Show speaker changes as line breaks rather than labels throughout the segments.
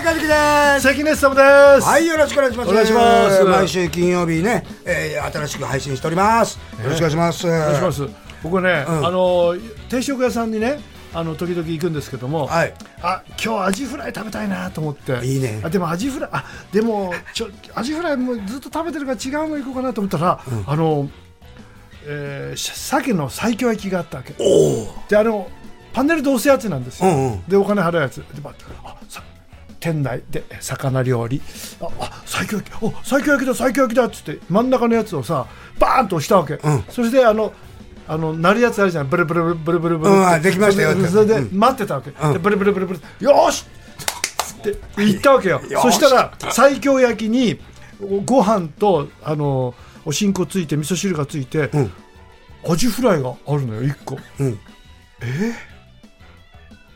です関根さんです
はい、よろしくお願いします。
お願いします
毎週金曜日ね、えー新しく配信しております。よろしくお願いします。
お願いします僕ね、
うん
あの定食屋さんにねあの時々行くんですけども、
はい
あ今日アジフライ食べたいなと思って
いいね
あでもアジフライあでもちょアジフライもずっと食べてるから違うの行こうかなと思ったら、あの、えー、鮭の西京焼きがあったわけであのパネルで押すやつなんですよ、
うんうん
でお金払うやつで、まあ、さ店内でえ魚料理ああ最強焼きお最強焼きだ最強焼きだっつって真ん中のやつをさバーンと押したわけ、
ん
そしてあのあの鳴るやつあるじゃんブルブルブルブルブルブルって、
うんあできましたよって
それで、
う
待ってたわけ、でブルブルブルブルよーしって言ったわけよ
よーし
そしたら西京焼きにおご飯とあのおしんこついて味噌汁がついて、
ん
アジフライがあるのよ1個、
うん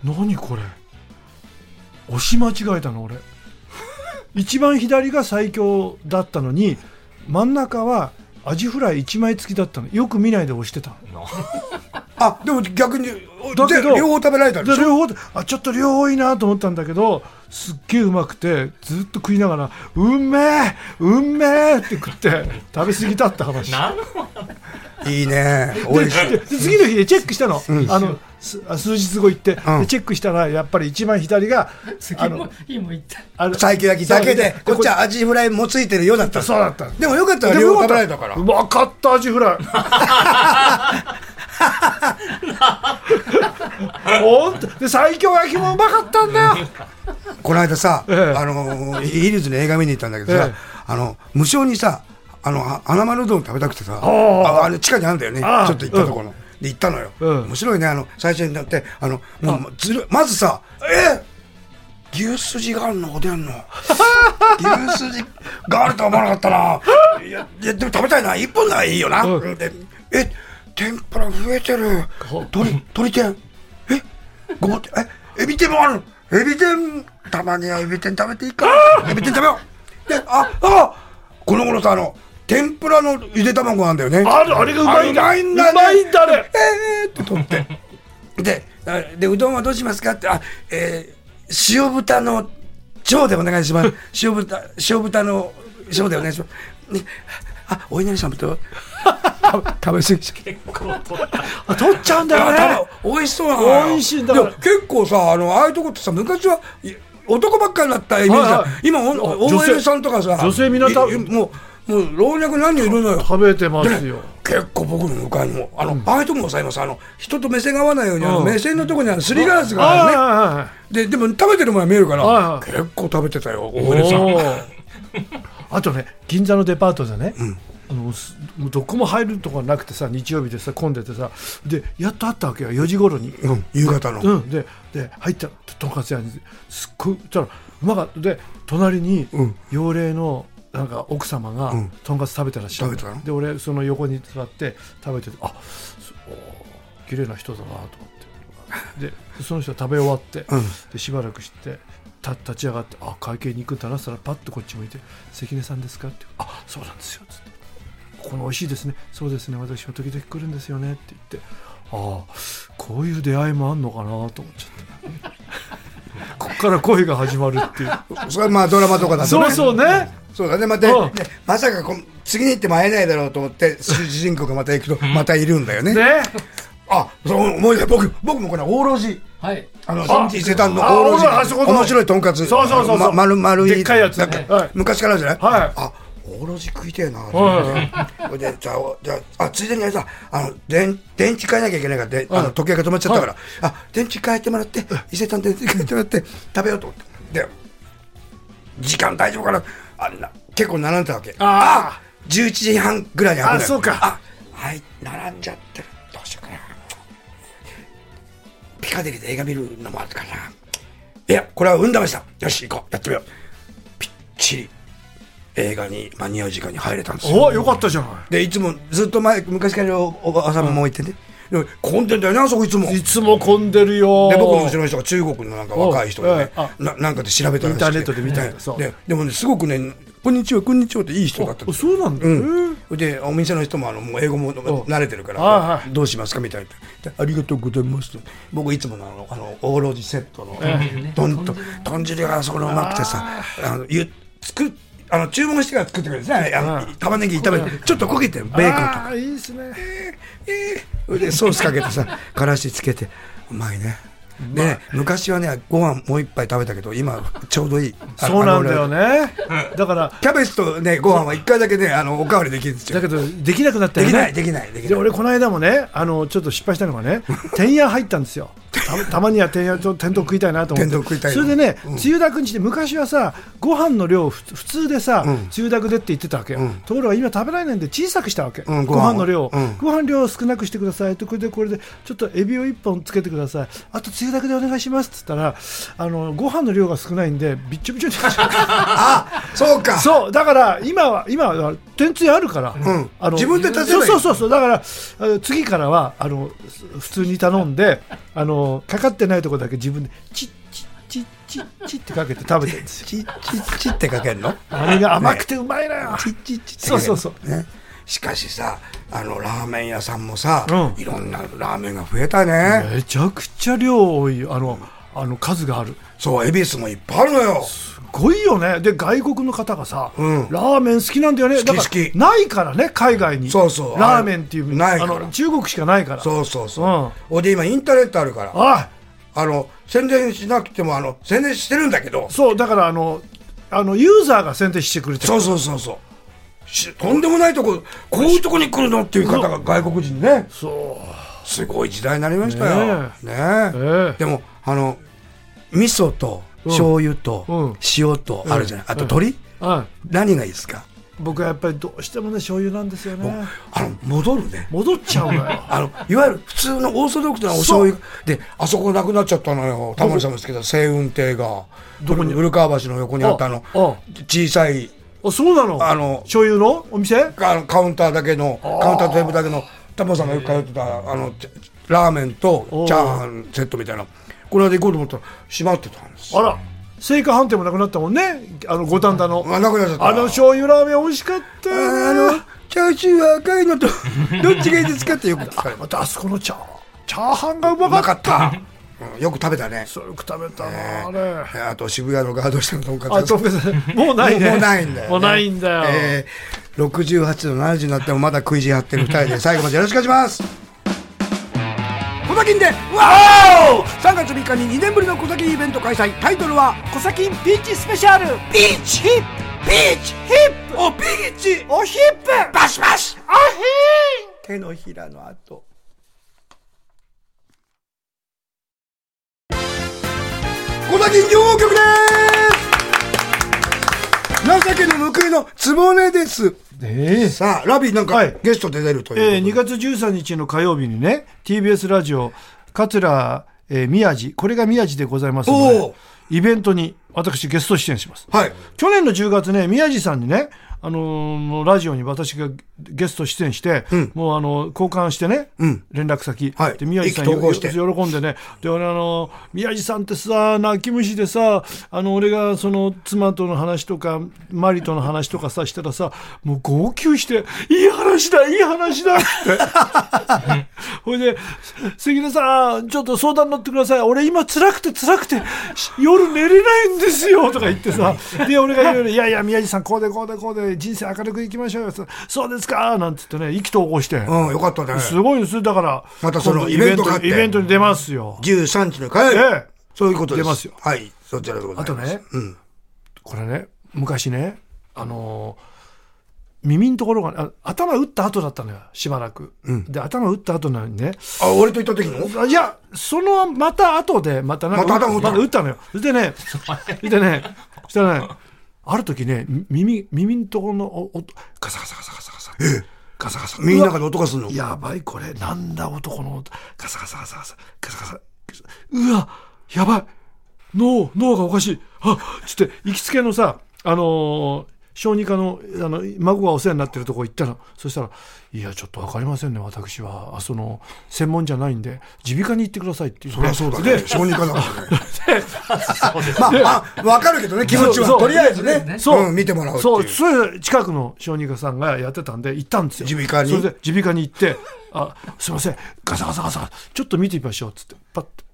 何これ押し間違えたの俺一番左が最強だったのに真ん中はアジフライ1枚付きだったのよく見ないで押してた
あ、でも逆に、
だけど
で両方食べられたんで
で
しょ
両方あちょっと両方いいなと思ったんだけどすっげえうまくてずっと食いながら「うんめえうんめえ!」って食って 食べ過ぎたって話
なん
いいね。美
で
味しい。
でで次の日でチェックしたの,、あのすあ数日後行って、
ん
でチェックしたらやっぱり一番左があ
次
の
も今言った
あの
最強焼きだけで、こっち
は
はアジフライもついてるようだった。
そうだった
でもよかったら
で
両
も
方
よ
食べれ
からっ
たから
う。まかったアジフラ イほんとで最強焼きもうまかったんだよ
この間さ、
ええ
あの、イギリスの映画見に行ったんだけどさ
ええ、
あの、無償にさ、あの、あ花丸うどん食べたくてさ、
あ
ああの地下にあるんだよね。ち
ああ
ょっと行ったところ。で、行ったのよ。
うん
面白いね、あの、最初にだって、あの、もう、ずる、まずさ、え牛すじがあるのおでんの。牛すじがあるとは思わなかったな。いや、いやでも食べたいな。一本ならいいよな。
うん
でえ、天ぷら増えてる。鳥、鳥天。え、ごぼう天、え、エビ天もある。エビ天、たまにはエビ天食べていいか。エビ天食べよう。で、あ、あ、この頃さ、あの、天ぷらのゆで卵なんだよね。
あるあれがうまいんだ
あれうまいんだね
うまいんだあれ
えーって取って。で、あで、うどんはどうしますかって、あ、えー、塩豚の腸でお願いし ます。塩豚、塩豚の腸でお願いします。ね、あ、お稲荷さん と、食べ食べ過ぎちゃった
結構取った
あ取っちゃうんだよね
あ美味しそうなのよ
美味しいんだから
でも結構さあのああいうとこってさ昔はい男ばっかりだったイメージだ、
はいはい
今お
あ女性
OL さんとかさ
女性みんな食べ
いもうもう老若男女いるのよ
食べてますよ
結構僕の向かいにもあの、ああいうとこもさ今さあの人と目線が合わないように、あの目線のとこにあのすりガラスがあるね
あ
ででも食べてるものは見えるから、
はいはい
結構食べてたよ
あ
OL さん
あとね銀座のデパートでね、あのすもうどこも入るとこなくてさ日曜日でさ混んでてさでやっとあったわけよ4時頃に、
うん夕方の、
うん、でで入ったとんかつ屋にすっごいそしたらうまかったで隣に
うん
幼霊のなんか奥様が
ん
とんかつ食べてらっしゃる、
食べたの
で俺その横に座って食べててあそおー綺麗な人だなと思って でその人食べ終わって、
ん
でしばらくしてた立ち上がってあ会計に行くんだなそしたらパッとこっち向いて「関根さんですか?」って「あそうなんですよ」つってこの美味しいですねそうですね私も時々来るんですよねって言ってああこういう出会いもあんのかなと思っち ゃったこっから恋が始まるっていう
それはま あドラマとかだとね
そうそうね
そうだね、また、
うん
でまさかこん次に行っても会えないだろうと思って、主人公がまた行くと、またいるんだよね。
ね
あ、そう思い出した僕、僕もこのオーロジ、
はい
あの、
あ
新地伊勢丹のオ
あ
ーロジ、
オーロジあそこの
面白いとんかつ、
そうそうそうそう
あのま丸、丸い、
でっかいやつね
なんか
はい
昔からあるじゃない、
はい
あ、オーロジ食いてえなと思って、
は
それで、じゃあ、じゃあ、あついでにあれさ、あの、電、電池変えなきゃいけないから、で、あの、時計が止まっちゃったから、あ、電池変えてもらって、伊勢丹電池変えてもらって、食べようと思って。で、時間大丈夫かなあんな結構並んでたわけああ11時半ぐらいに運んだよ
あそうか
あはい並んじゃってるどうしようかなピカデリーで映画見るのもあるかないやこれは運試しだよし行こうやってみようぴっちり映画に間に合う時間に入れたんです
い、
よ
およかったじゃな
でいつもずっと前昔からおおばさんも置いてね、でも混んでんだよねあそこいつも
いいつも混んでるよ
で僕の後ろの人が中国のなんか若い人でね
おうええ
ななんかで調べたらしくて
インターネットで見たんだそう
ででもねすごくねこんにちは、こんにちはっていい人だったんで
あ
すよ
そうなんだ、
うん
へ
でお店の人もあのもう英語も慣れてるか
あ
ら
は
どうしますかみたいなでありがとうございますと僕いつものあのあのオーロジセットのどんと豚汁がそこのうまくてさあのゆ作っあの注文してから作ってくれるんですねあの玉ねぎ炒めてちょっと焦げてるベーコンとか
ああいいですね
えーでソースかけ てさからしつけてうまいねでね昔はねご飯もう一杯食べたけど今ちょうどいいあ
そうなんだよ
あの
ねだから
キャベツとねご飯は一回だけねあのおかわりできるんですよ
だけどできなくなった
で
よ
きない
ね
できないでき
で
ない
俺この間もねあのちょっと失敗したの がねてんや入ったんですよたたまにはてんやちょっと天丼食いたいなと思って
天丼食いたい
そ
の
れでね、つゆだくんちで昔はさご飯の量ふ普通でさ、つゆだくでって言ってたわけよ、
うん
ところが今食べられないんで小さくしたわけ、
うん
ご
ご飯を
飯の量、
うん
ご飯量を少なくしてくださいとこれでこれでちょっとエビを1本つけてくださいあとつゆだくでお願いしますっつったらあのご飯の量が少ないんでびっちょびちょになっちゃう
あそうか
そうだから今は今は天つゆあるから、
ん自分で足せばいい
そうそうそうそうだからあの次からはあのす普通に頼んであのかかってないとこだけ自分でチッチッチッチッチッってかけて食べてるんですよ
チッチッチッってかけるの
あれが甘くてうまいなよ、
チッチッチッってかける
そうそうそう
ねしかしさあのラーメン屋さんもさ、
うん
いろんなラーメンが増えたね、
めちゃくちゃ量多いよあのあの数がある
そう恵比寿もいっぱいあるのよ
すごいよねで外国の方がさ、
うん
ラーメン好きなんだよね
き
だから
好き
ないからね海外に
そうそう
ラーメンっていう
ないから
あの中国しかないから
そうそうそう、
うん
おで今インターネットあるから
あ
あの宣伝しなくてもあの宣伝してるんだけど
そうだからあのあのユーザーが選定してくれてる
そうそうそうそうしとんでもないとここういうとこに来るのっていう方が外国人ね
そう
すごい時代になりましたよ
ね
ねえ
ええ
でもあの味噌と醤油
うん
と塩とあるじゃない、あと鶏、
は
何がいいですか
い、僕はやっぱりどうしてもね醤油なんですよね
あの戻るね
戻っちゃうの よ
あのいわゆる普通のオーソドックスなお醤油であそこなくなっちゃったのよタモリさんもですけど星雲亭が
どこに
古川橋の横にあったあの
あ
小さい
あそうなの
あの
醤油のお店
あのカウンターだけのカウンターテーブルだけのタモさんがよく通ってたあのちラーメンと
おー
チャーハンセットみたいなこれで行こうと思ったら閉まってたんです
あら青果飯店もなくなったもんねあの五反田の
あなくなっちゃった
あの醤油ラーメン美味しかった
あ
よね
のチャーシューは赤い のとどっちがいいですかってよく聞かれま
またあそこのチャーチャーハンがう まか
な
った
かった、うんよく食べたね
そうよく食べたな、あれ
えーあと渋谷のガード下のとんかつ
あ
屋さ
と
ん
んかつ もうないね
もうないんだよ、ね、
もうないんだよ、
えー、68度70になってもまだ食い地張ってる二人 で最後までよろしくお願いします小崎でわお3月3日に2年ぶりの小崎イベント開催タイトルは
コサキンビーチスペシャル
「ビーチヒップビーチヒップおビーチおヒップバシバシ
アヒー
手のひらの跡小崎情報局です情けの報いのつぼねです
ええ
さあ、ラビーなんか、
はい
ゲストで出るということで
えー、2月13日の火曜日にね TBS ラジオ桂、えー宮地これが宮地でございますの
お
で
う
イベントに私ゲスト出演します
はい。
去年の10月ね宮地さんにねあのーラジオに私がゲスト出演して、
ん
もうあの交換してね、
ん
連絡先、
はい
で宮地さん
意気投合して
よ喜んでねで俺あの宮地さんってさ泣き虫でさあの俺がその妻との話とかマリとの話とかさしたらさもう号泣して「いい話だいい話だ」って ほいで、関根さん、ちょっと相談に乗ってください。俺今辛くて辛くて、し夜寝れないんですよとか言っ てさ。で、俺がいろいろ、いやいや、宮地さん、こうでこうでこうで、人生明るくいきましょうよ。そうですかなんつってね、意気投合して。
うん、よかったね。
すごいです。だから、
またその
今度
イベントがあって
イベントに出ますよ。
13日の火曜日。
ええ
そういうことです。
出ますよ
はい。そちらでございます。
あとね
うん。
これね、昔ね、あのー耳のところが、あ頭打った後だったのよ、しばらく。で、頭打った後なのにね、
あ、俺と行った時の
あいや、そのまた後で、またなんか、
また頭打った
また打ったのよ。それでね、それでね、そしたらね、ある時ね、み耳、耳のところのお音、ガサガサガサガサガサ。ガサガサ。
みんな
う
が
わ
で音がするの。
やばい、これ、なんだ男の音。ガサガサガサガサ、ガサガサ。うわ、やばい。脳、脳がおかしい。あ、つって、行きつけのさ、あのー小児科のあの孫がお世話になってるとこ行ったのそしたら「いやちょっと分かりませんね私はあその専門じゃないんで耳鼻科に行ってください」って言って
そりゃそうだね。小児科 だからね。まあまあ、わかるけどね、気持ち
そ
は。
う
とりあえずね、
そうん
見てもらおうって
そう
いう。
それで近くの小児科さんがやってたんで行ったんですよ
耳鼻科に
それで耳鼻科に行って「あすいませんガサガサガサちょっと見てみましょう」っつってパッと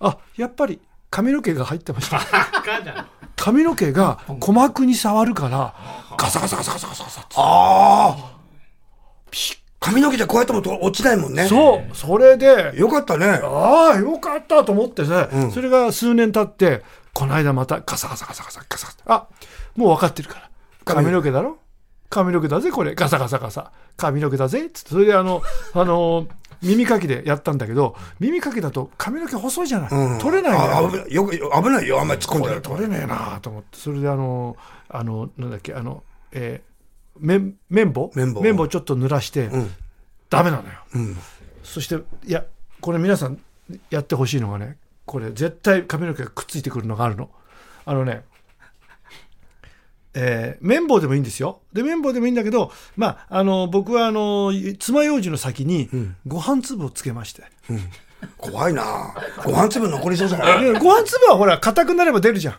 あやっぱり髪の毛が入ってました髪の毛が鼓膜に触るからガサガサガサガサガサガサって
ああ。髪の毛でこうやってもと落ちないもんね。
そうそれで
よかったね。
ああよかったと思ってね、それが数年経ってこの間またガサガサガサガサガサガサあもう分かってるから髪の毛だろ髪の毛だぜこれガサガサガサ髪の毛だぜっつってそれであのあの耳かきでやったんだけど耳かきだと髪の毛細いじゃない、
うん
取れないのよ
あ危ないよく危ないよ、あんまり突っ込ん
こ
で
れ
ると。
取れねえなと思ってそれであのあのなんだっけあのえー、綿綿棒
綿棒
ちょっと濡らして、
ん
ダメなのよ
うん。
そしていやこれ皆さんやってほしいのがねこれ絶対髪の毛がくっついてくるのがあるのあのねえー綿棒でもいいんですよで綿棒でもいいんだけど、まあ、あの僕はあの爪楊枝の先にご飯粒をつけまして、
怖いなご飯粒残りそうだな。
でご飯粒はほら硬くなれば出るじゃん、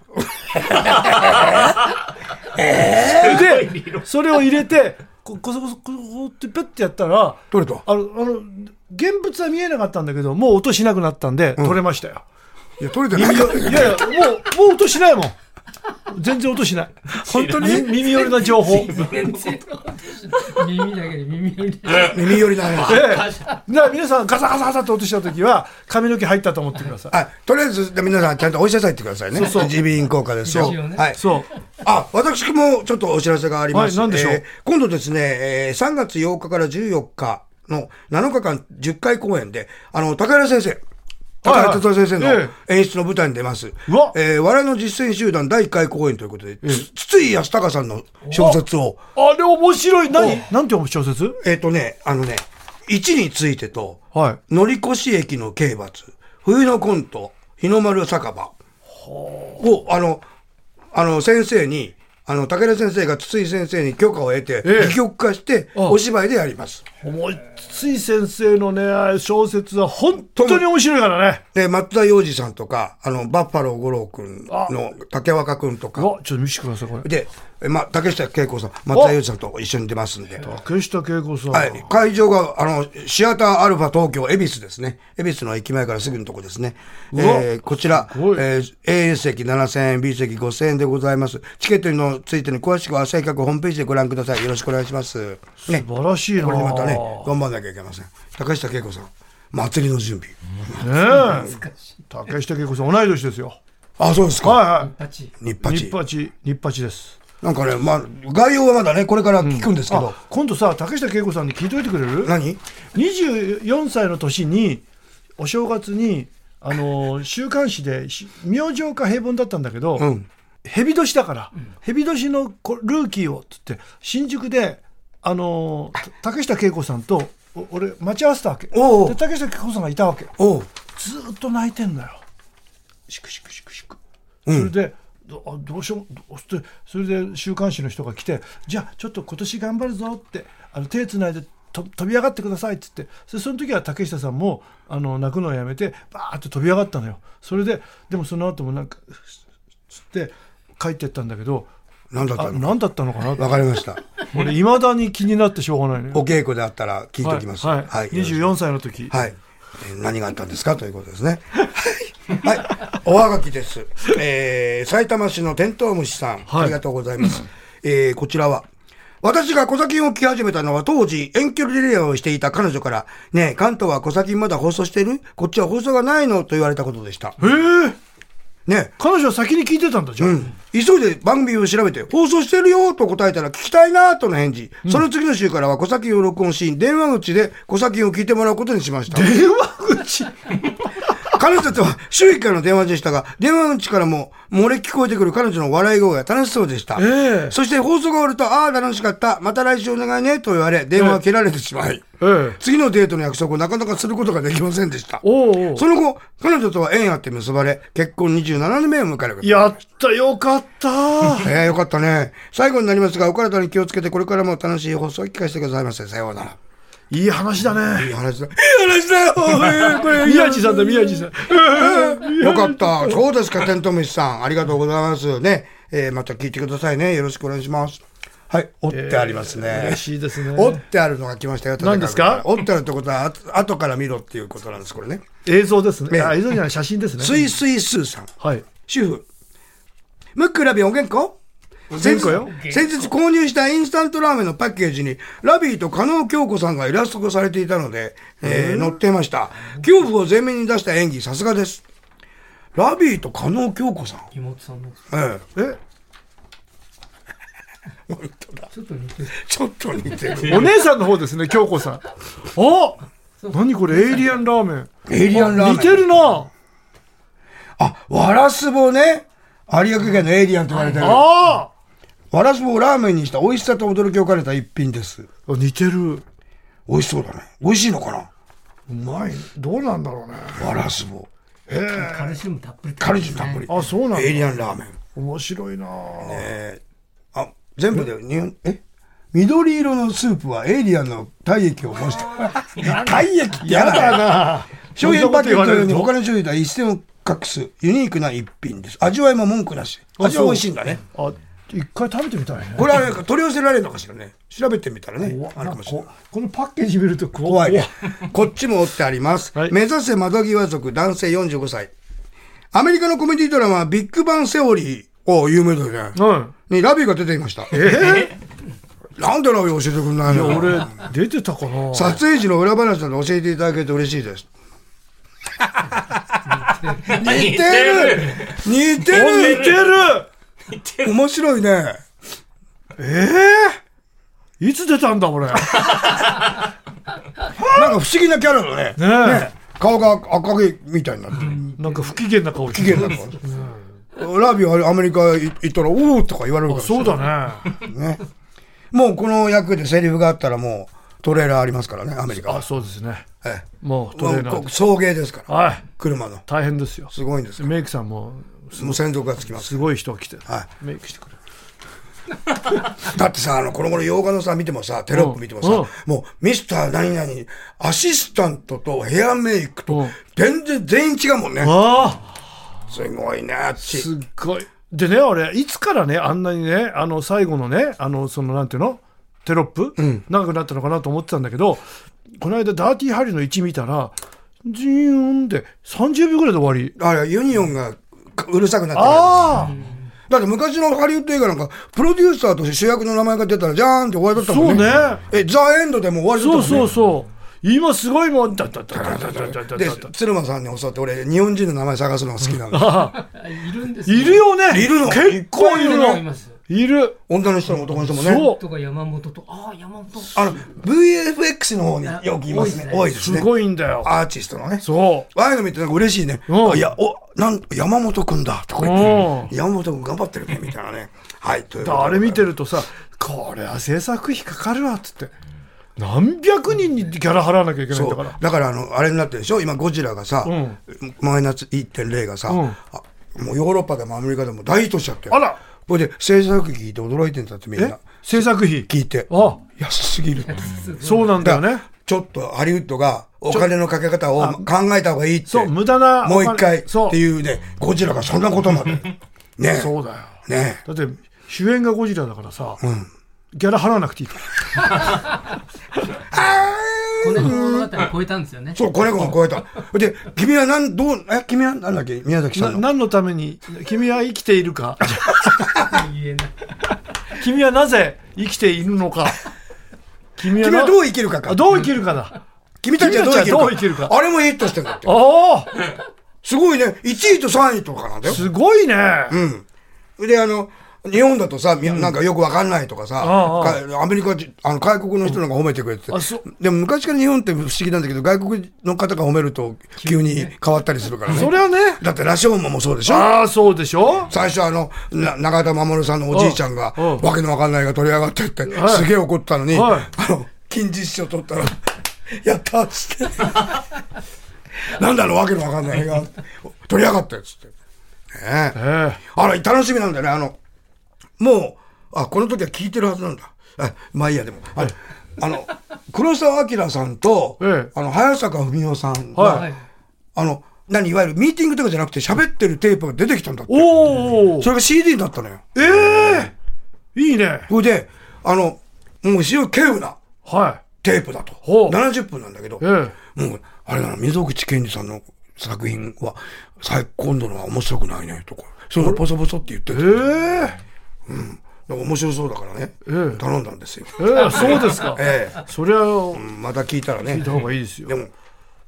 でそれを入れてここそこそこそってペッてやったら
取れた
あのあの現物は見えなかったんだけどもう音しなくなったんで取れましたよ、
いや、取れてないよ。
いやいや、もう、もう音しないもん。全然音しない。本当に耳寄りな情報。え
耳だけで耳より
耳寄りだね。
えだから皆さん、ガサガサガサって音したときは、髪の毛入ったと思ってくださ
あとりあえず、で皆さん、ちゃんとお医者さん行ってくださいね。
そう
耳鼻咽喉科ですよ。
一応ね
はい
い。。そう。
あ、私もちょっとお知らせがあります。
はい何でしょう
えー今度ですね、えー3月8日から14日の7日間10回公演で、あの、高原先生。高
は
原
いはい
哲夫先生の
え
演出の舞台に出ます。
うわ
えー我々の実践集団第1回公演ということで、つ筒井康隆さんの小説を、
あれ面白い。何なんて読む小説
えっ、とね、あのね、1についてと、
はい。
乗り越し駅の刑罰、冬のコント、日の丸酒場を、あの、あの、先生に、あの、武田先生が筒井先生に許可を得て、
ええ
戯曲化して、
ああ
お芝居でやります。
思いつい先生のね、小説は本当に面白いからね。
で、松田洋二さんとか、あの、バッファロー五郎君の竹若君と
う
か、
わ、ちょっと見せてください、これ。
で、えま、竹下恵子さん、松田洋二さんと一緒に出ますんで。
竹下恵子さん。
はい、会場が、あの、シアターアルファ東京、恵比寿ですね。恵比寿の駅前からすぐのとこですね。
わ
えーこちら、え
ごい
ー A 席7000円、B 席5000円でございます。チケットのついてる詳しくは、正確ホームページでご覧ください。よろしくお願いします。ね、
素晴らしいな
これでまたね、頑張んなきゃいけません。高下恵子さん、祭りの準備。
ねえ竹下恵子さん、同い年ですよ。
あ、そうですか。
は
パチ
日
いはい。
八
日。八、日八です。
なんかね、まあ、概要はまだね、これから聞くんですけど、
あ、今度さ、竹下恵子さんに聞いといてくれる
何
24歳の年にお正月にあのー週刊誌でし明星か平凡だったんだけど、
うん。
蛇年だから蛇年のこルーキーをっつって新宿であのーた竹下恵子さんとお俺待ち合わせたわけ
おう
で竹下恵子さんがいたわけよ
おう。
ずーっと泣いてんだよシクシクシクシク
う
それ
ん。
で、どあどうしようどうしてそれで週刊誌の人が来てじゃあちょっと今年頑張るぞってあの手つないでと飛び上がってくださいっつってそその時は竹下さんもあの泣くのをやめてバーって飛び上がったのよそれででもその後もなんかつって帰ってったんだけど
何だった
あ
の
何だったのかな
わかりました。
俺いまだに気になってしょうがないね
お稽古であったら聞いておきます。
はい、はい24歳の時、
はい。えー何があったんですかということですね。はい。おはがきです。えー、埼玉市のテントウムシさん、
はい
ありがとうございます。えー、こちらは、私が小崎を着始めたのは当時遠距離リレーをしていた彼女から、ねえ、関東は小崎まだ放送してるこっちは放送がないのと言われたことでした。
へえ
ね
彼女は先に聞いてたんだじゃあ、
うん、急いで番組を調べて、放送してるよと答えたら、聞きたいなとの返事、その次の週からは小崎を録音し、電話口で小崎を聞いてもらうことにしました。
電話口
彼女とは周囲からの電話でしたが、電話口からも漏れ聞こえてくる彼女の笑い声が楽しそうでした。
ええ
そして放送が終わると、ああ、楽しかった、また来週お願いねと言われ、電話を切られてしまい、
ええ
次のデートの約束をなかなかすることができませんでした。
おうおう
その後、彼女とは縁あって結ばれ、結婚27年目を迎える。
やったよかった
ええよかったね。最後になりますが、お体に気をつけて、これからも楽しい放送を聞かせてくださいませ。さようなら。
いい話だね
いい話だ。いい話だよええこれ
宮地さんだ宮地さん
よかった。そうですか、テントウムシさん。ありがとうございます。ね。えーまた聞いてくださいね。よろしくお願いします。はい。折ってありますね。
嬉しいですね
折ってあるのが来ましたよ。
何ですか
折ってあるってことは、あと後から見ろっていうことなんです、これね。
映像ですね、
ええ
あ映像じゃない写真ですね
スイスイスーさん。
はい
主婦。ムックラビお元気
前回よ
先日購入したインスタントラーメンのパッケージに、ラビーと加納京子さんがイラスト化されていたので、えー載っていました。恐怖を前面に出した演技、さすがです。ラビーと加納京子さん。
妹さんの
え
え
え、本当だ。
ちょっと似てる
ちょっと似てる。
お姉さんの方ですね京子さんお何これエイリアンラーメン
エイリアンラーメン。
似てるな
あ、わらすぼね。有明県のエイリアンと言われてる。
あ
わらすぼをラーメンにした美味しさと驚きを兼ねた一品です。
ーあ似てる
美味しそうだね。美味しいのかな
うまいどうなんだろうね
わらすぼ。
カルシウムたっぷり
カルチたっぷり。
あそうなんだ
エイリアンラーメン。
面白いな
えーあ、全部で、日本、え緑色のスープはエイリアンの体液を模した。体液やだな。
な
商品パッケージのように
そんなこと言われると
他の商品とは一線を隠すユニークな一品です。味わいも文句なし。
あ
味は
そう
美味しいんだね。
あ一回食べてみたいね
これは取り寄せられるのかしらね。調べてみたらね
怖。
あるかもしれない
こ。このパッケージ見ると怖
怖
怖
い。こっちも折ってあります。
はい
目指せ窓際族男性45歳。アメリカのコメディドラマビッグバンセオリー。お有名だよね。
うん
にラビーが出ていました。
えー、
なんでラビー教えてくんないの
俺出てたか な
撮影時の裏話など教えていただけると嬉しい です。似てる似て
お似て
る
る
面白いね。
ええいつ出たんだ俺ね
なんか不思議なキャラだね。
え
顔が赤毛みたいになってる。
なんか不機嫌な顔
機嫌だから。ラビーはアメリカ行ったら、おおとか言われるから
そうだね
ね。もうこの役でセリフがあったらもうトレーラーありますからね、アメリカ
あ
は。
そうですね
え
もう
え
トレーナ
もう
ー
こ
です
送迎ですから、
はい
車の。
大変ですよ
すごいんですか
メイクさんも
もう専属がつきます。
すごい人が来てる
は
メイクしてくれる
だってさ、あの、この頃洋画のさ、見てもさ、テロップ見てもさ、
うん
もうミスター何々、アシスタントとヘアメイク
う
と
ん、
全然全員違うもんね。
ああ
すごいね、あっち。
すっごいでね俺いつからねあんなにねあの最後のねあのそのなんていうのテロップ、長くなったのかなと思ってたんだけどこの間ダーティーハリーの1見たらジーンで30秒ぐらいで終わり
あれ、ユニオンがうるさくなってる
ああ
だって昔のハリウッド映画なんか、プロデューサーとして主役の名前が出たら、じゃーんって終わりだったもんね。
そうね。
え、ザ・エンドでも終わりだった
そ
もん
う
ね。
そうそう今すごいもんだだだだだだだだ
で、鶴間さんに教わって、俺、日本人の名前探すのが好きなの。
あいるんです
いるよね
いるの
結構いる
い
の
ます
いる
女の人も男の人もね。
そう
とか山本とああ山本
あの、VFX の方によくいますね。多
多
い
い
ですすね。
ごいんだよ
アーティストのね。
そう
ああいうの見てなんか嬉しいね。
うん
あいや、お、なん、山本くんだ。とか言って。山本くん頑張ってるね、みたいなね。はい、ということで
あれ見てるとさこれは制作費かかるわっつって何百人にギャラ払わなきゃいけない
そ
んだ
う
から。
だから、あの、あれになってるでしょ今、ゴジラがさ、
ん
マイナス1.0がさ、
うん
あもうヨーロッパでもアメリカでも大ヒットしちゃって。
あら
これで制作費聞いて驚いてんだってみん
え
な。
制作費
聞いて。
あ
安すぎるって。
そうなんだよね
ちょっとハリウッドがお金のかけ方を考えた方がいいって。
そう無駄な
もう一回
そう
っていうね、ゴジラがそんなこと まで。ね。
そうだよ
ね。
だって主演がゴジラだからさギャラ払わなくていいから
この物語を超えたんですよね
そう、子猫が超えた。で、君はなん、どう、え、君はなんだっけ宮崎さ
なん
の。
何のために君は生きている か
言えない
君はなぜ生きているのか君は
君
な
はどう生きるかか。
どう生きるかだ
君たちはどう生きるか。
君たちはどう生きるか
あれもヒットしてるんだって。
ああ
すごいね。1位と3位とかなんだよ。
すごいね
うん。で、あの、日本だとさ、みなんかよくわかんないとかさ、
ああ
かアメリカ人、あの、外国の人なんか褒めてくれてて
あそう
でも昔から日本って不思議なんだけど、外国の方が褒めると急に変わったりするからね。
それはね
だって、ラショウマもそうでしょ
ああそうでしょ
最初あの、な永田守さんのおじいちゃんが、
うんうん
わけのわかんないが取り上がってって、
い
すげえ怒ったのに、
はい
あの、金実賞取ったら、 やったっつって。 なんだろうわけのわかんない映画。撮りやがったっつって。ねえ
ええ
あら、楽しみなんだよね。あの、もう、あ、この時は聞いてるはずなんだ。あまあいいや、でも。あの、あの黒澤明さんと、
ええ
あの、早坂文雄さんが、
はい
あの、何、いわゆるミーティングとかじゃなくて喋ってるテープが出てきたんだって。
おお
それが CD になったのよ。
ええいいね
それで、あの、もう非常に稀有な
は
テープだと。
ほう
70分なんだけど、
いえ
もう、あれだな、溝口健二さんの作品は、最今度のは面白くないね、とか。そういうのポソポソって言って
ええ
て、なんか面白そうだからね、
ええ
頼んだんですよ。
ええそうですか
え
そりゃ
え
聞
また聞いたらね
いた。方がいいですよ
でも、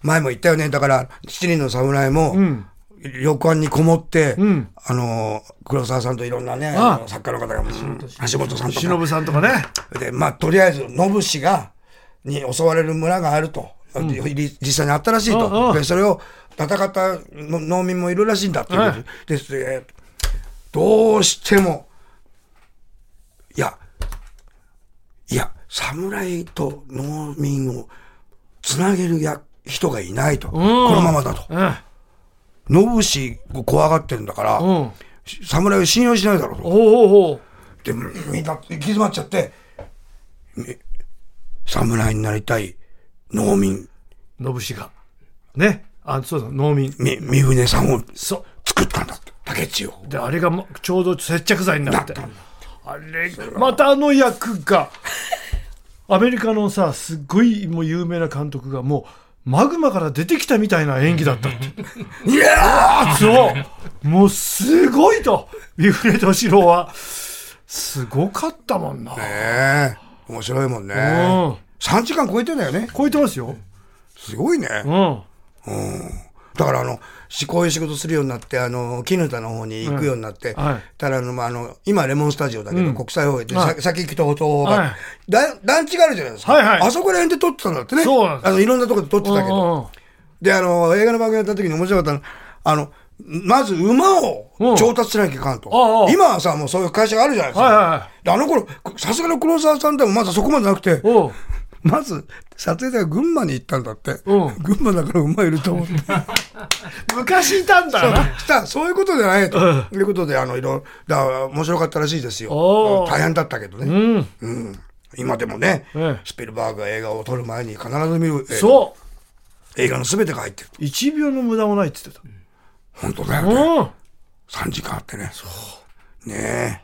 前も言ったよね、だから、七人の侍も、旅館にこもって、
ん
あの、黒沢さんといろんなね、
ああ
あの作家の方が、うん橋本さんとか、
忍さんとかね
で、まあ、とりあえず、信氏が、に襲われる村があると。り実際にあったらしい
あ
と。
あ
で、それを戦ったの農民もいるらしいんだっていう。
はい
ですえーどうしても、いや、いや、侍と農民をつなげるや人がいないと。このままだと。
うん
信氏を怖がってるんだから、
うんお
侍を信用しないだろうと。
おおお
で、みんな行き詰まっちゃって、み侍になりたい農民、
信氏がねあそうだ農民
み、三船さんを
そ
作ったんだって、竹内を。
うであれがまちょうど接着剤にな
なっ
って
たんだ。
あれまたあの役がアメリカのさすっごいもう有名な監督がもうマグマから出てきたみたいな演技だったって
いやー
そうもうすごいと三船敏郎はすごかったもんな、
ねえ、面白いもんね。
うん
3時間超えてんだよね。
超えてますよ
すごいね。
うん
だからあの、しこういう仕事するようになって、あの、絹田の方に行くようになって、
はい
ただあの、まあ、あの、今レモンスタジオだけど、
うん
国際放映で、
はい
さ先行きと東方が、
はい
だ団地があるじゃないですか。
はいはい
あそこら辺で撮ってたんだってね。
そうなんです
あの、いろんなとこで撮ってたけど。
うんうん
で、あの、映画の番組やった時に面白かったの、あの、まず馬を
うん
調達しなきゃいかんと。
ああ
今はさ、もうそういう会社があるじゃないですか。
はいはいは
であの頃、さすがの黒沢さんでもまだそこまでなくて、
おう
まず、撮影では群馬に行ったんだって。
うん
群馬だから馬いると 思って。
昔いたんだな
したそういうことじゃないと。
うん
ということで、あの、いろ、だから面白かったらしいですよ。
おー
大変だったけど
う
ね。
ん
うん。今でもね、
ええ
スピルバーグが映画を撮る前に必ず見る映画
そ
映画の全てが入ってる。
う1秒の無駄もないって言って
本当だよね。
たうん
3時間あってね。ねえ。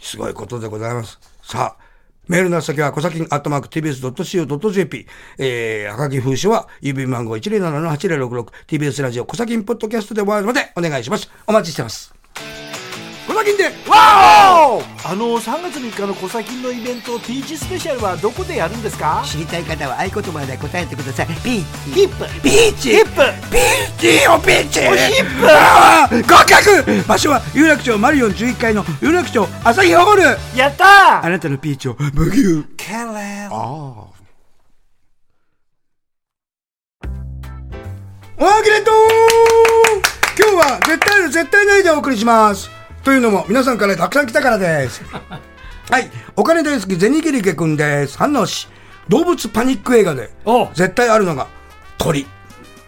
すごいことでございます。さあ、メールの先は、小崎アットマーク tbs.co.jp。えー、はがき封書は、郵便番号 107-8066TBS ラジオ小崎ポッドキャストで終わるまでお願いします。お待ちしてます。小崎で
あの3月3日のコサキンのイベントピーチスペシャルはどこでやるんですか
知りたい方は合言葉で答えてくださいピーチ
ヒップ
ピーチ
ヒップ
ピーチおピーチ
おヒップ
ああ合格場所は有楽町マリオン11階の有楽町朝日ホール
やった
あなたのピーチを無牛キャレンおはぎれと今日は絶対ある絶対ないでお送りしますというのも皆さんからたくさん来たからです はいお金大好きゼニギリケ君です反応し動物パニック映画で
おう
絶対あるのが鳥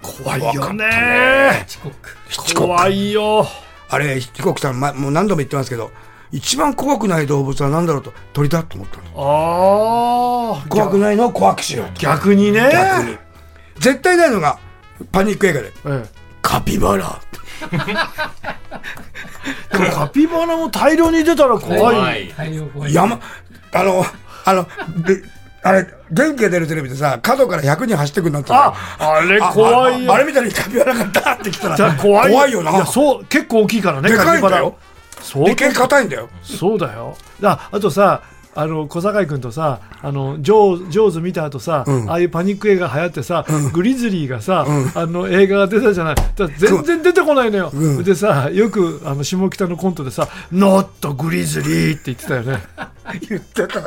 怖
いいよね
遅刻
七国
怖いよ
あれ七国さん、ま、もう何度も言ってますけど一番怖くない動物は何だろうと鳥だと思ったの
ああ
怖くないのを怖くしようと
逆にね
逆に絶対ないのがパニック映画で
え
カピバラ
え、でもカピバラも大量に出たら怖い
大量怖い
山あのあのであれ元気が出るテレビでさ角から100人走ってくんなったの
ああれ怖いよ
あああれみたいにカピバラがダーって来た
じゃ
ら
あ怖い
よない
やそう結構大きいからね
でかいん
カピ
だ
バ
よ
ラそう
でけえ硬いんだよ
そうだよああとさあの小坂井君とさあのジョージョーズ見た後さ、ああいうパニック映画流行ってさ、グリズリーがさ、あの映画が出たじゃないだから全然出てこないのよ、でさよくあの下北のコントでさ「ノットグリズリー」って言ってた よね
言ってた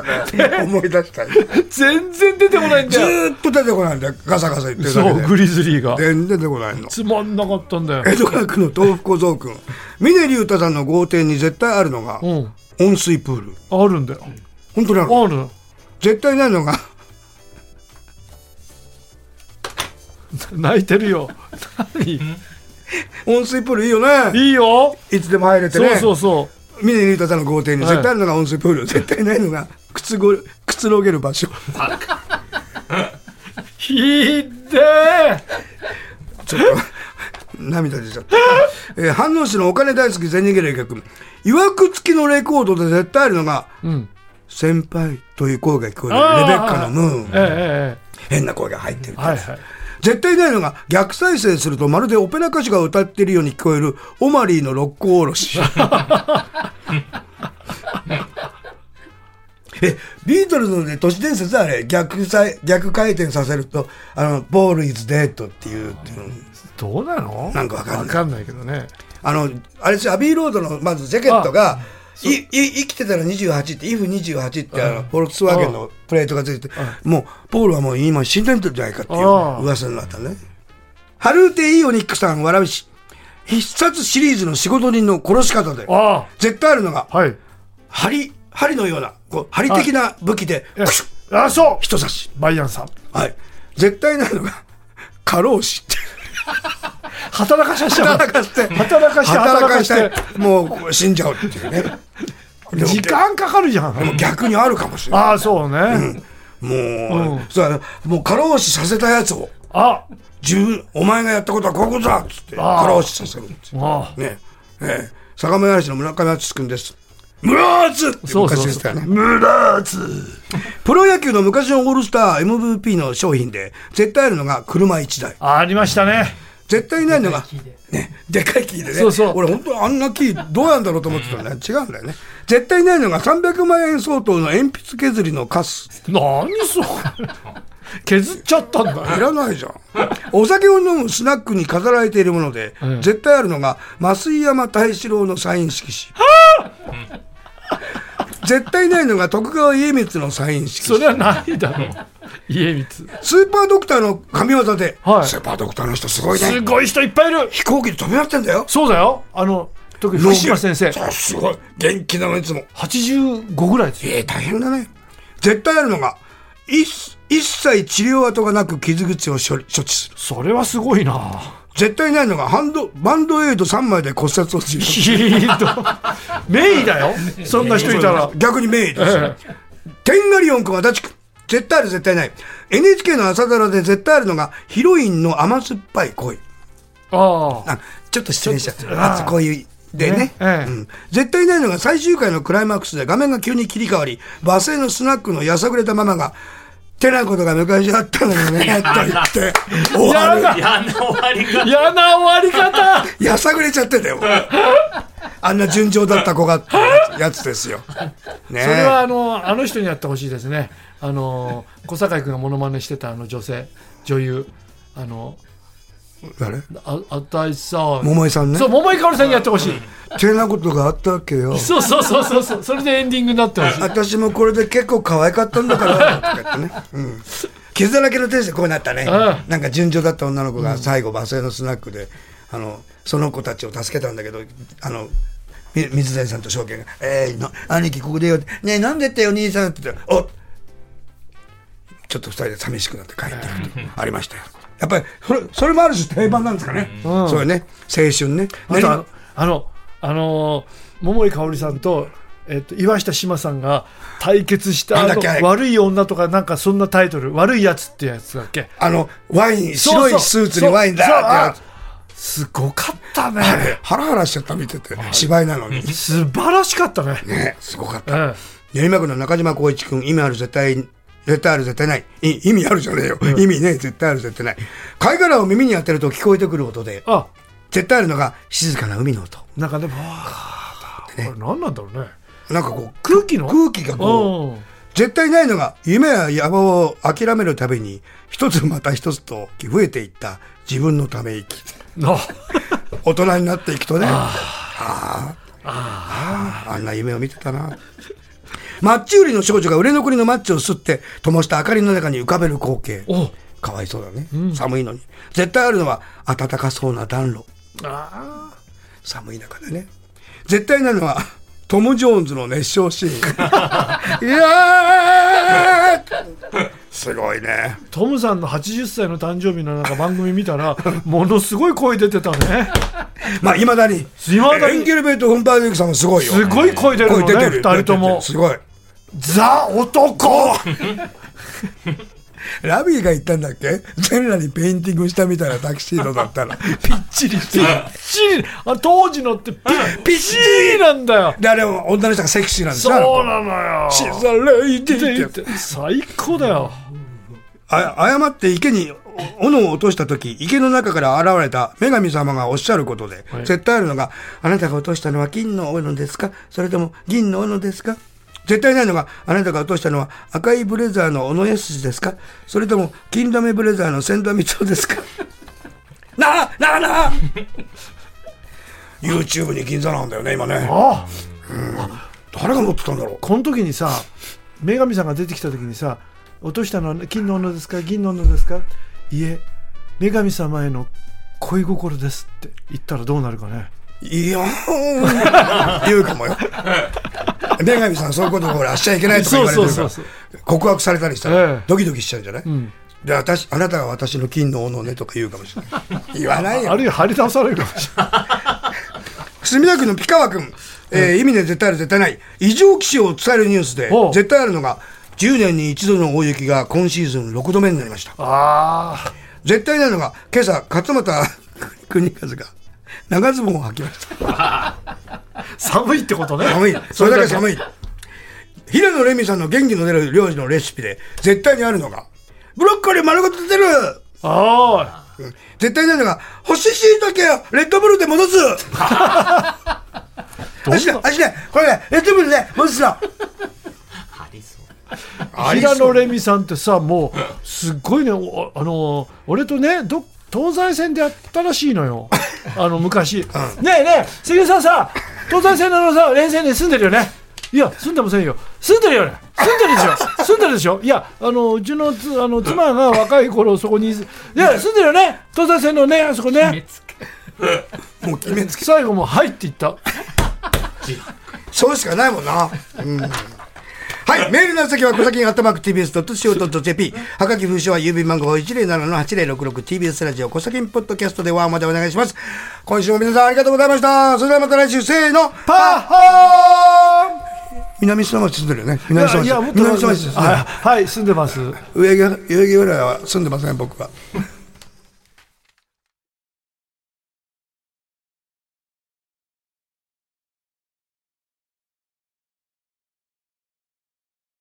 ね思い出したよ
全然出てこないん
ず
だよ
ーっと出てこないんだよガサガサ言ってるだ
そう
け
グ
で
リズリーが
全然出てこないの
つまんなかったんだよ
江戸川区の豆腐小僧君峰竜太さんの豪邸に絶対あるのが
うん
温水プール
あるんだよ
本当にある
ある
絶対ないのが
泣いてるよ何
温水プールいいよね
いいよ
いつでも入れて
そ
ね
うそうそ
峰竜太さんの豪邸に
はい
絶対あるのが温水プール、絶対ないのがくつごくつろげる場所
うひっでー
ちょっと涙出ちゃ った、えー飯能市のお金大好き全人芸霊客いわくつきのレコードで絶対あるのが
うん
「先輩」という声が聞こえる
あ
レ
ー
ベッカのムーン
えええ
変な声が入ってる
えはいはい
絶対ないのが逆再生するとまるでオペラ歌手が歌っているように聞こえるオマリーの六甲おろしえビートルズの、ね、都市伝説はあれ逆再逆回転させると「あのボールイズデート」っていうっていう
どうなの
なんかわかんない
わかんないけどね
あのあれですよアビーロードのまずジャケットがいい生きてたら28って、イフ28ってあの、フォルクスワーゲンのプレートがついてて、もう、ポールはもう今死んでんじゃないかっていう
ああ
噂になったね。ハルーテ・イーオニックさん、笑うし、必殺シリーズの仕事人の殺し方で、
あ
絶対あるのが
あ、はい
針、針のような、こう針的な武器で、
え
クシュッ
あそう
人差し。
バイアンさん
はい。絶対ないのが、過労死って。
働かしゃしちゃう
働かして、
働かして
働かし
働
て、もう死んじゃうっていうね。でも
時間かかるじゃん
逆にあるかもしれない。
ああそうね、
もう、
うん
そうだねもう過労死させたやつを、
あ
自分、お前がやったことはこういうことだっつって、
ああ
過労死させるんですよ。
あ
ねえ、ええ、坂本氏の村上敦君です。ムラーツって
そうそ
昔
うそう
言ってたよね。ムラーツプロ野球の昔のオールスター MVP の商品で、絶対あるのが車1台。
あありましたね
絶対ないのが
キーで、
ね、でっかいキーでね。
そうそう
俺本当あんなキーどうなんだろうと思ってたんだよ。違うんだよね。絶対ないのが300万円相当の鉛筆削りのカス。
何それ削っちゃったんだ
いらないじゃん。お酒を飲むスナックに飾られているもので、
ん
絶対あるのが、増井山大志郎のサイン色紙。 絶対ないのが徳川家光のサイン色
そ
紙。
れはないだろう家光
スーパードクターの神業で、
はい
スーパードクターの人すごい
す
ね。
ごい人いっぱいいる
飛行機で飛び回ってんだよ。
そうだよあの特に福島先生
そうすごい。元気なのいつも。
85ぐらいですよ
ええ大変だね。絶対あるのが、一一切治療跡がなく傷口を処理処置する。
それはすごいな
絶対ないのがハンド、バンドエイド3枚で骨折を治療する。
ひど名医だよそんな人いたら
逆に名医ですよ。テンガリオン君は足立区。絶対ある絶対ない。NHK の朝ドラで絶対あるのが、ヒロインの甘酸っぱい恋。
ああ
あちょっと失礼し
ちょ
た。
っとあー
まずこういう。でね
ねええ
うん、絶対ないのが最終回のクライマックスで画面が急に切り替わり、バス停のスナックのやさぐれたママが、てなことが昔あったのよ ね、と言って、終
や
わ
だ
る。
嫌な終わり方
嫌な終わり方
やさぐれちゃって たよ。あんな順調だった子が、やつですよ。ねえ
それはあのあの人にやってほしいですねあの小坂井君がモノマネしてたあの女性女優あの
誰
ああたいさん
桃井さんね
そう。桃井かおりさんにやってほしい
てなことがあったわけよ。
そうそうそうそうそうそれでエンディングになってほしい
私もこれで結構可愛かったんだ から、とか言ってね。うん。傷だらけの天使でこうなったね。
う
なんか順調だった女の子が最後、バス停のスナックで、あの、その子たちを助けたんだけど、あの、み水谷さんと証券が、えー、の兄貴ここでよって、ねえ、なんでってよ、兄さんって言ったら、おちょっと二人で寂しくなって帰っていくと、ありましたよ。やっぱり、それ、それもある種定番なんですかね。
うん
そうよね。青春ね。
あと
ね
あの、あの、あのー桃井かおりさんと、えっと、岩下志麻さんが対決した
なん
あ
だっ
の
けあれ
悪い女とかなんかそんなタイトル悪いやつってやつだっけ
あの、ワイン、白いスーツにワインだ
そう
ってやつ
そうあすごかったね
あれハラハラしちゃった見てて芝居なのに
素晴らしかったね
ねすごかった
うん
練馬区の中島浩一君意味ある絶対絶対ある絶対ないい意味あるじゃねえよ、意味ねえ絶対ある絶対ない貝殻を耳に当てると聞こえてくる音で
あ
絶対あるのが静かな海の音
なんかねわあこれ何なんだろうね
なんかこう
空気の
空気がこう
うん
絶対ないのが夢や野望を諦めるたびに一つまた一つと増えていった自分のため息
な
大人になっていくとねああああんな夢を見てたなマッチ売りの少女が売れ残りのマッチを吸って灯した明かりの中に浮かべる光景
お
かわいそうだね、寒いのに絶対あるのは暖かそうな暖炉
あ
寒い中でね絶対なのはトム・ジョーンズの熱唱シーンいやーすごいね。
トムさんの80歳の誕生日のなんか番組見た らものすごい声出てたね
まあ、いまだに。
いまだに
エンゲルベルト・フンバーディクさんもすごいよ。
すごい声出るのね
声出てる
2人とも
すごい。
ザ男
ラビーが言ったんだっけ全裸にペインティングしたみたいなタキシードだったら。ぴっち りしてる。
シーあ当時のってピッ
ぴっち
シーなんだよ
りで、あれは女の人がセクシーなんですよ。
そうなのよ
シザレイディって。
最高だよ
あ誤って池に斧を落とした時池の中から現れた女神様がおっしゃることで、
い
絶対あるのが「あなたが落としたのは金の斧ですかそれとも銀の斧ですか?」絶対ないのが「あなたが落としたのは赤いブレザーの斧やすしですかそれとも金ダメブレザーの千田光夫ですか? 」なあなあなあ YouTube に銀座なんだよね今ね
ああ
誰が持ってたんだろ
この時にさ女神さんが出てきた時にさ落としたのは金の斧ですか銀の斧ですかいえ女神様への恋心ですって言ったらどうなるかね
ういやー言うかも よ女神さんそういうことほらしちゃいけないとか言われてるから
そう
告白されたりしたら、
ええ
ドキドキしちゃうんじゃない、
ん
で私あなたが私の金の斧ねとか言うかもしれ ない言わない
あ
よ
るいは張り倒されるかもしれない
墨田区のピカワ君、えー意味で絶対ある絶対ない異常気象を伝えるニュースで
ほう
絶対あるのが10年に一度の大雪が今シーズン6度目になりました
あ
絶対ないのが今朝勝俣 国和が長ズボンを履きました
あ寒いってこと ね
寒いそれだけ寒い平野レミさんの元気の出る料理のレシピで絶対にあるのがブロッコリー丸ごと出てる
ああ
絶対ないのが、干し椎茸をレッドブルで 戻す足で、足で、これね、レッドブルで戻すの
ありそう
平野レミさんってさもうすっごいねおあのー俺とねど東西線でやったらしいの よあの昔、ねえねえ関根さんさ東西線のさ連線で住んでるよねいや住んでませんよ住んでるよね住んでるでしょ住んでるでしょいやあのうちのつあの妻が若い頃そこにいや住んでるよね東西線のねあそこね
もう決めつけ。
最後もう「はい」って言った
そうしかないもんな。うんはい。メールの先は、小崎アットマーク TBS.CO.JP。はがき封書は郵便番号 107-8066TBS ラジオ小崎ポッドキャストでワンまでお願いします。今週も皆さんありがとうございました。それではまた来週、せーの、パッホー南砂町住んでるよね。南砂町。
いやいやもっと
南砂町ですね。
はいはい住んでます
上木上木ぐらいは住んでません、僕は。